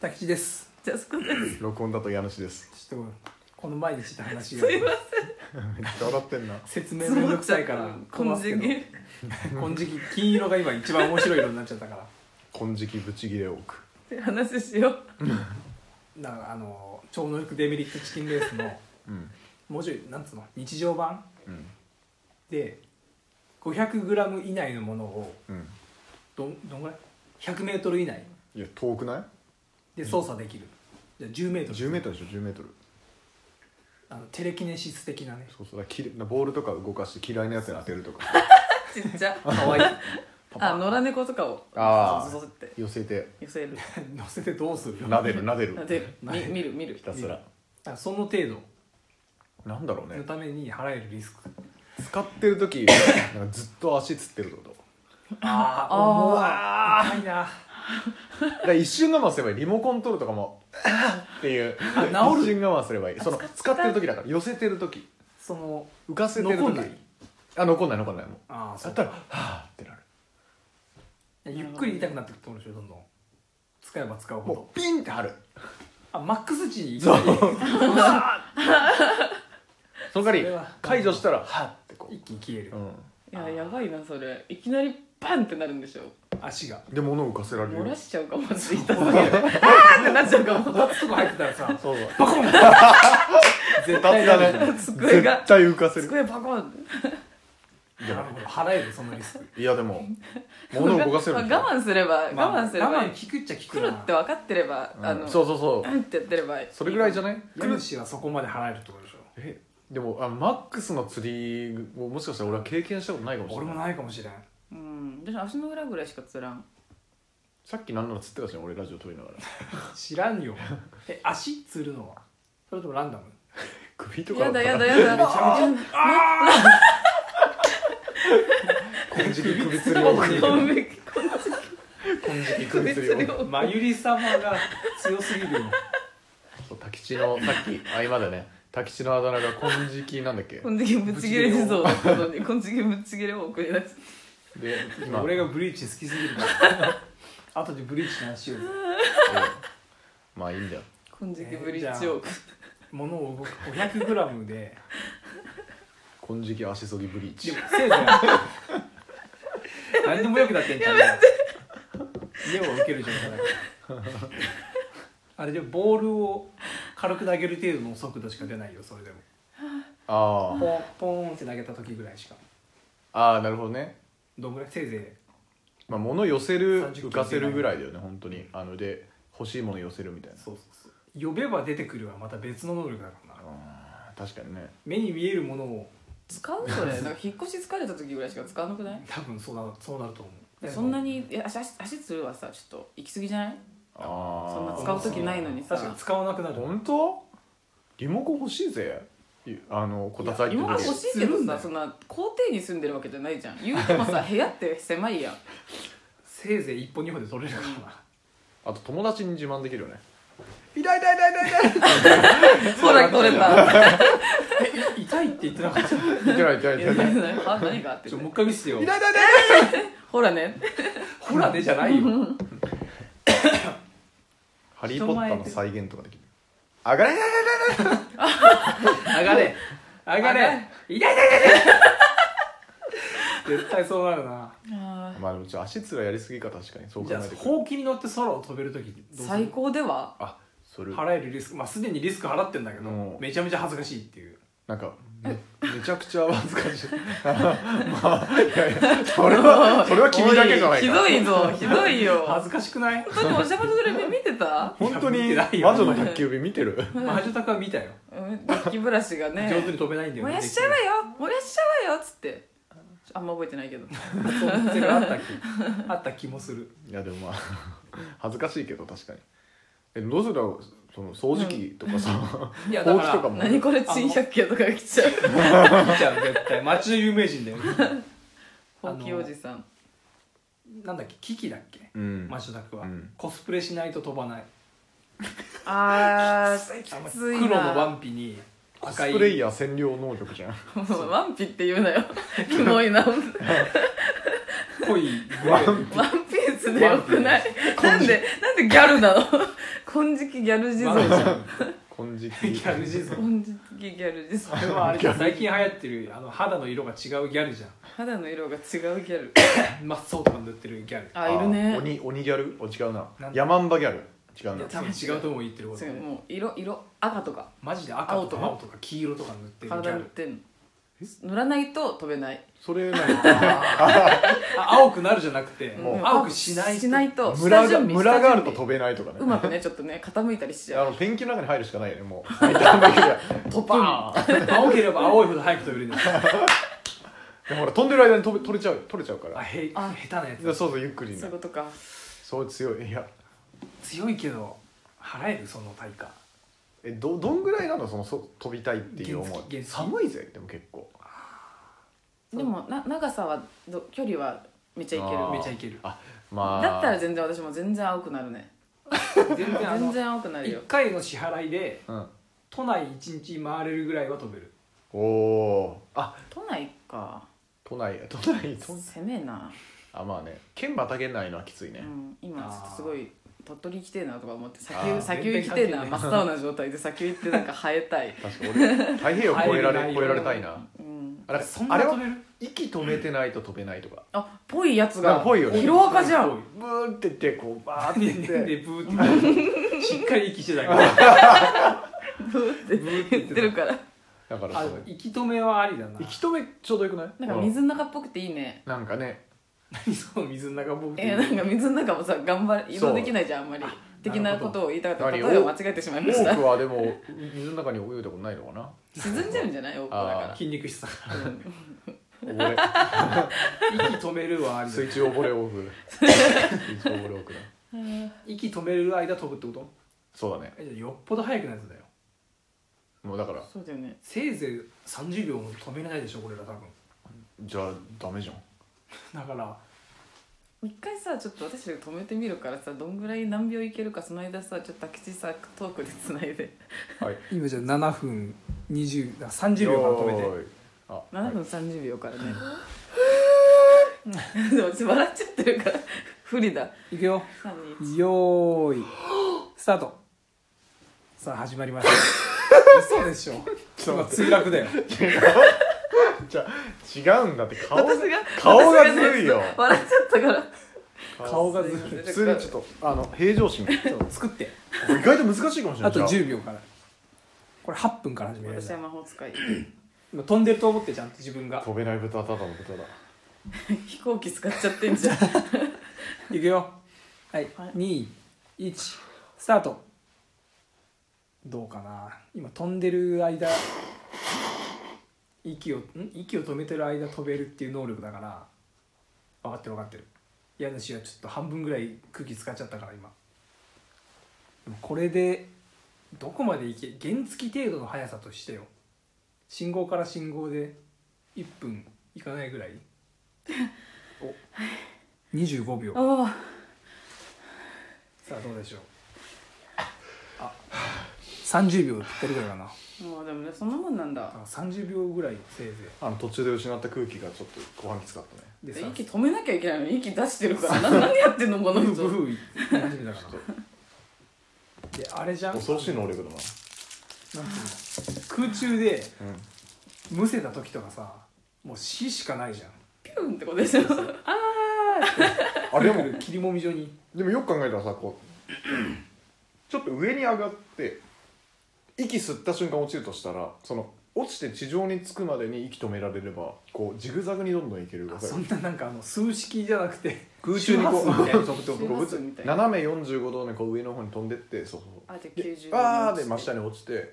滝地ですじゃあそこです録音だと家主です。 ちょっとこの前にした話すがいまめっちゃ笑ってんな。説せ明んめんどくさいから金困ってる色けど金 色金色が今一番面白い色になっちゃったから金色ぶち切れを置く。で話しようだからあの超能力デメリットチキンレースのうん。もうちょいなんつうの日常版うん。で 500g 以内のものをうん。どんどんぐらい 100m 以内いや、遠くないで操作できる、じゃあ 10m 10メートルでしょ、10メートル。あのテレキネシス的なねそうそうだ、きれなボールとか動かして嫌いなやつに当てるとか。 ちっちゃかわいい パあパ野良猫とかをあーゾゾゾって寄せて、寄せる 乗せてどうする撫でる、撫あでる。でみ見る見るひたすら。あその程度なんだろうねの。ために払えるリスク使ってる時、なんかずっと足つってるってこと。ああー重わいなだから一瞬我慢すればいい。リモコン取るとかも、っていう。あ治る一瞬我慢すればいい。その、使ってる時だから、寄せてる時。その浮かせてる時。残んないあ、残んない、残んない。もう。ああだそっうたら、はぁってなる。ゆっくり痛くなってくると思うんでしょどんどん使えば使うほどもう、ピンって張る。あマックス値にそうわその代それわりは解除したらはっってこー一気に消えるう、うん、いややばいなそれいきなりバンってなるんでしょ足がで物を浮かせられる漏よらしちゃうかもし れない痛すぎるあーってなっちゃうかもバツとか入ってたらさそうそうバコン絶対だね机が絶対浮かせる机パコンでも払えるそのリスクいやでも物を動かせるんでしょ我慢すればまあ我慢すればい我い慢効くっちゃ効く来るよなって分かってればうんあのそうそうそうバンってやってればいいそれぐらいじゃゃない家主はそこまで払えるってことでしょえでもあマックスの釣りをもしかしたら俺は経験したことないかもしれ俺ないもないかもしれんうん私足の裏ぐらいしかつらんさっきなんなら釣ってたしね俺ラジオ撮り ながら知らんよえ足つるのはそれともランダム首とかやだやだだやだめちゃめちゃあ金色首 吊りを首ご吊めん金色首吊り をあまゆり様が強すぎるよそう滝地のさっきあ今だね滝地のあだ名が金色なんだっけこんだけぶち切れ地蔵だったのにこんだけぶち切れを送り出すで今俺がブリーチ好きす ぎるから後でブリーチの話しようぜうんまあいいんだよこんだけブリッジを送る物を動く 500g で金色足そぎブリーでチもせいぜい何でもよくなってんじゃん家を受ける状態だからあれでボールを軽く投げる程度の速度しか出ないよそれでもあポンポーンって投げた時ぐらいしかあああなるほどね、どんぐらいせいぜまあ、物寄せる30キロ浮かせるぐらいだよね本当にあので欲しいもの寄せるみたいいなそうそうそう呼べば出てくるはまた別の能力だからなあー確かにね目に見えるものを使うそれなんか引っ越し疲れた時ぐらいしか使わなくない多分そうなそうなると思うそんなにいや足足足つるはさちょっと行き過ぎじゃないああそんな使う時ないのにさ確かに使わなくなる本当リモコン欲しいぜいあのこたつ入って今るは欲時しいけするどんださよそんな校庭に住んでるわけじゃないじゃん言うて もさ部屋って狭いやんせいぜい1本2本で取れるからなあと友達に自慢できるよね痛い痛い痛い痛い痛いほら取れ たえ痛いって言ってなかったちょいけないいけないいいけやな何いがあ何があってもう一回見せてよ痛い痛いほらねほらねじゃないよハリー・ポッターの再現とかできる上がれない上がれ上が上がれれ痛い痛い痛い痛い絶対そうなるなあーまあでもちょっと足つらやりすぎか確かにそう考じえゃあてくるほうきに乗って空を飛べるとき最高では あそれ払えるリスクまあすでにリスク払ってんだけどうんめちゃめちゃ恥ずかしいっていうなんかめめちゃくちゃ恥ずかしい まあいやいやそれはそれは君だけじゃないかおひど いぞひどい恥よずかしくないちょっとおしゃべりドレミ見てた本当いやに見てないよ魔女の宅急便見てる 魔女宅は見たようんデッキブラシがね上手に飛べないんだよ燃やしちゃえばよ燃やしちゃえばよっつってあんま覚えてないけどそんなセリフあった気あった気もするいやでもまあ恥ずかしいけど確かにえどうするだろうその掃除機とかさいやだほうかきらとかも何これ珍百景とか来ちゃう見ちゃう絶対街の有名人だよほうきおじさんなんだっけキキだっけうん魔女宅はうんコスプレしないと飛ばないあーきつい黒のワなンピにコ赤スいプレイヤー占領能力じゃんワンピって言うなよキモいなワン濃いグレーピースでよくないなんでなんでギャルなの金色ギャル地まあ蔵じゃん金色 ギャル地蔵金色ギャル地蔵でもあれ最近流行ってるあの肌の色が違うギャルじゃ肌の色が違うギャルん真っ青とか塗ってるギャルあいるね鬼鬼ギャルお違うななんだヤマンバギャル違ういなや多分違うと思う言ってることそうもう色色赤とかマジで赤とか青とか黄色とか塗ってるギ体ャ塗っルてんの塗らないと飛べないそれなんかあ青くなるじゃなくてもううん青くしないとしないと村が下準備村がある下準と備飛べないとかねうまくねちょっとね傾いたりしちあゃうのペンキの中に入るしかないよねもう 入ったんだけどトップバーン青ければ青いほど早く飛べるんですでもほら飛んでる間に飛べ取れちゃう取れちゃうからあへ下あ手なやそうつそうゆっくりそういなうことかそう強いいや強いけど払えるその対価えどどんぐらいなのそのそ飛びたいっていう思原付い原付寒いぜでも結構でもな長さはど距離はめちゃいけあーめるちゃいけるあまあだったら全然私も全然青くなるね全然あ全の然青くなるよ1回の支払いでうん都内1日回れるぐらいは飛べるおおーあ都内か都内 都内都内攻めえな、あまあね県またげないのはきついうね、ん、今ちょっとすごい鳥取来てえなとか思ってあ砂ー丘砂丘来てえな全然関真っ青な状態で砂丘行ってなんか生えた い、確か俺太平洋越えられ 入れないよ越えられたいなうん、あれそんあなれ飛はべる息止めてないと飛べないとかあぽいやつなんがかぽいよねヒロアカじゃ んブーンってってこうバーでってってブー ってしっかり息してたからブーってブーって言ってるからだからあそでもの息止めはありだな息止めちょうどよくないなんか水の中っぽくていいねうんなんか ね何その水の中僕えなんか水の中もさ頑張り移動できないじゃんあんまり的ななるほどことを言いたかった何例えをば間違えてしまいま多したくはでも水の中に泳いだことないのかな沈んじゃうんじゃない多くだか筋肉質だからうん溺れ息止めるはありだ 水中溺れオフ水中溺れオフだ息止める間飛ぶってことそうだねえじゃあよっぽど速くないやつだよもうだからそうだよねせいぜい30秒も止めれないでしょこれら多分じゃあダメじゃんだから一回さちょっと私で止めてみるからさどんぐらい何秒いけるかその間さちょっと宅地さトークでつないではい今じゃあ7分20あ30よーいあ7分30秒からね でも私笑っちゃってるから不利だていくよ321よーいスタートさあ始まりました 嘘でしょちょっ今と待墜落だよじゃあ違うんだって顔が 私が顔が私ねずるいよ笑っちゃったから顔がずる普通にちょっとあの平常心意そう作って外と難しいかもしれないあとじゃ10秒からこれ8分から始めるん私だは魔法使い今飛んでると思ってちゃんと自分が飛べない豚ただの豚だ飛行機使っちゃってんじゃんいくよはい、はい21スタートどうかな今飛んでる間息をん息を止めてる間飛べるっていう能力だから分かってる分かってる家主はちょっと半分ぐらい空気使っちゃったから今でもこれでどこまで行け原付程度の速さとしてよ信号から信号で1分いかないぐら いお25秒おーさあどうでしょうあ30秒ぴったりぐらいかなもうでもねそんなもんなんだあ30秒ぐらいせいぜあの途中で失った空気がちょっと後半きつかったねいでさ息止めなきゃいけないのに息出してるからな何やってんのこブのー人 ブー言って始めたかちょっらであれじゃんと恐ろしい能力だななんていうの空中でうんむせた時とかさもう死しかないじゃんピュンってことでしょあでくもるくる切りもみ状にでもよく考えたらさこうちょっと上に上がって息吸った瞬間落ちるとしたらその落ちて地上に着くまでに息止められればこうジグザグにどんどんいけるあそんななんかあの数式じゃなくて空中にこう周波数みたいに飛ぶってここうと周波ぶ数つみたいな斜め45度でこう上の方に飛んでってそうそうあじゃあで90度バーで真下に落ちて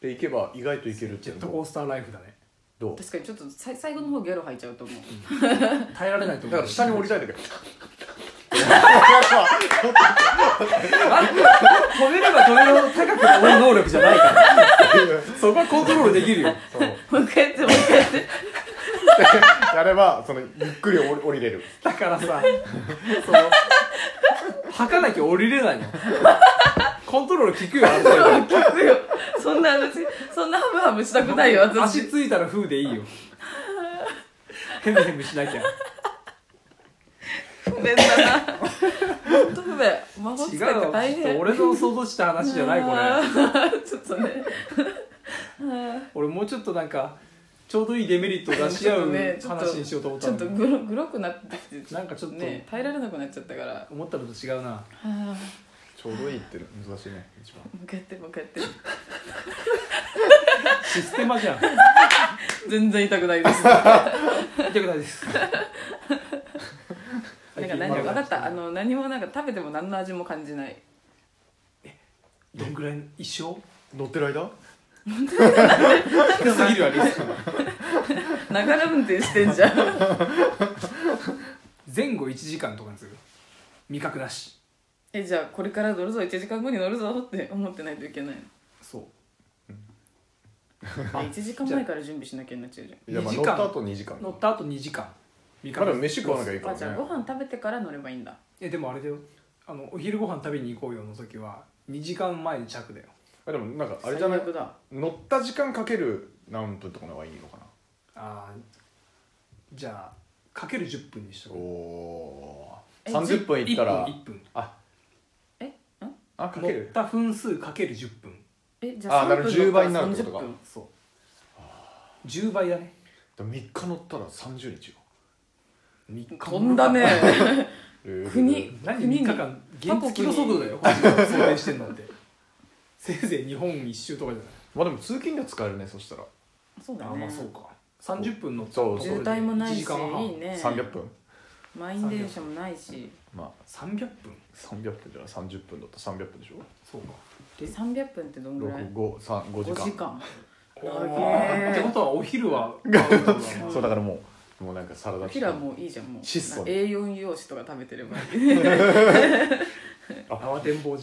で行けば意外といけるってジいェうッのトコースターライフだねどう確かにちょっとさい最後の方ギャル吐いちゃうと思う耐えられないと思だかうら下に降りたい時は飛べれば飛べるほど高く追う能力じゃないからそこはコントロールできるよそうもう一回やってもう一回やってやればそのゆっくり降り降りれるだからさその吐かなきゃ降りれないのコントロール効くよある程度聞くよそんな別にそんなハムハムしたくないよ私足ついたら風でいいよヘムヘムしなきゃ不便だな本当不便孫違使いうがわ大ちょっと変俺の想像した話じゃないこあれーちょっとね俺もうちょっとなんかちょうどいいデメリットを出し合うちょっとね話にしようと思っちたょのっとにグログロくなってきてなんかちょっとね耐えられなくなっちゃったからは思ったのと違うなあちょうどいいって難しいね一番もう一回やってもう一回やってシステマじゃん全然痛くないです痛くないですなんか何分かったあの何もなんか食べても何の味も感じないどんぐらいの一生乗ってる間深すぎるわけですながら運転してんじゃん 前後1時間とかにする味覚なしえじゃあこれから乗るぞ1時間後に乗るぞって思ってないといけないそうあ1時間前から準備しなきゃになっちゃうじいやまあ二乗時っ間た後2時間乗った後2時間味まだ飯食わなきゃいいゃんかあじゃらあねご飯食べてから乗ればいいんだえでもあれだよあのお昼ご飯食べに行こうよの時は2時間前に着だよあでもなんかあ最れじゃない悪だ乗った時間かける何分とかの方がいいのかなあーじゃあかける10分にしとこおえー30分ういったら1分あえんあ1分かけ乗っるた分数かける10分えじゃああ3な分る乗ったらほど10倍になるってことか30分そう10倍だね3日乗ったら30日よ3飛んだね国何3国に日間原付の速度だよこっちが想定してんのってせいぜい日本一周とかじゃないまあでも通勤では使えるねそしたら そうだねあまあそうか30分のそう渋滞もないしい時間半いね300分満員電車もないしまあ300分300分じゃない30分だったら300分でしょそうか300分ってどんぐらい653 5 5時時間間っ長ていことはお昼はアウトだなそうだからもうもうなんかサラダうちらもういいじゃんもう質素に A4 用紙とか食べてればいい慌てんぼうじゃん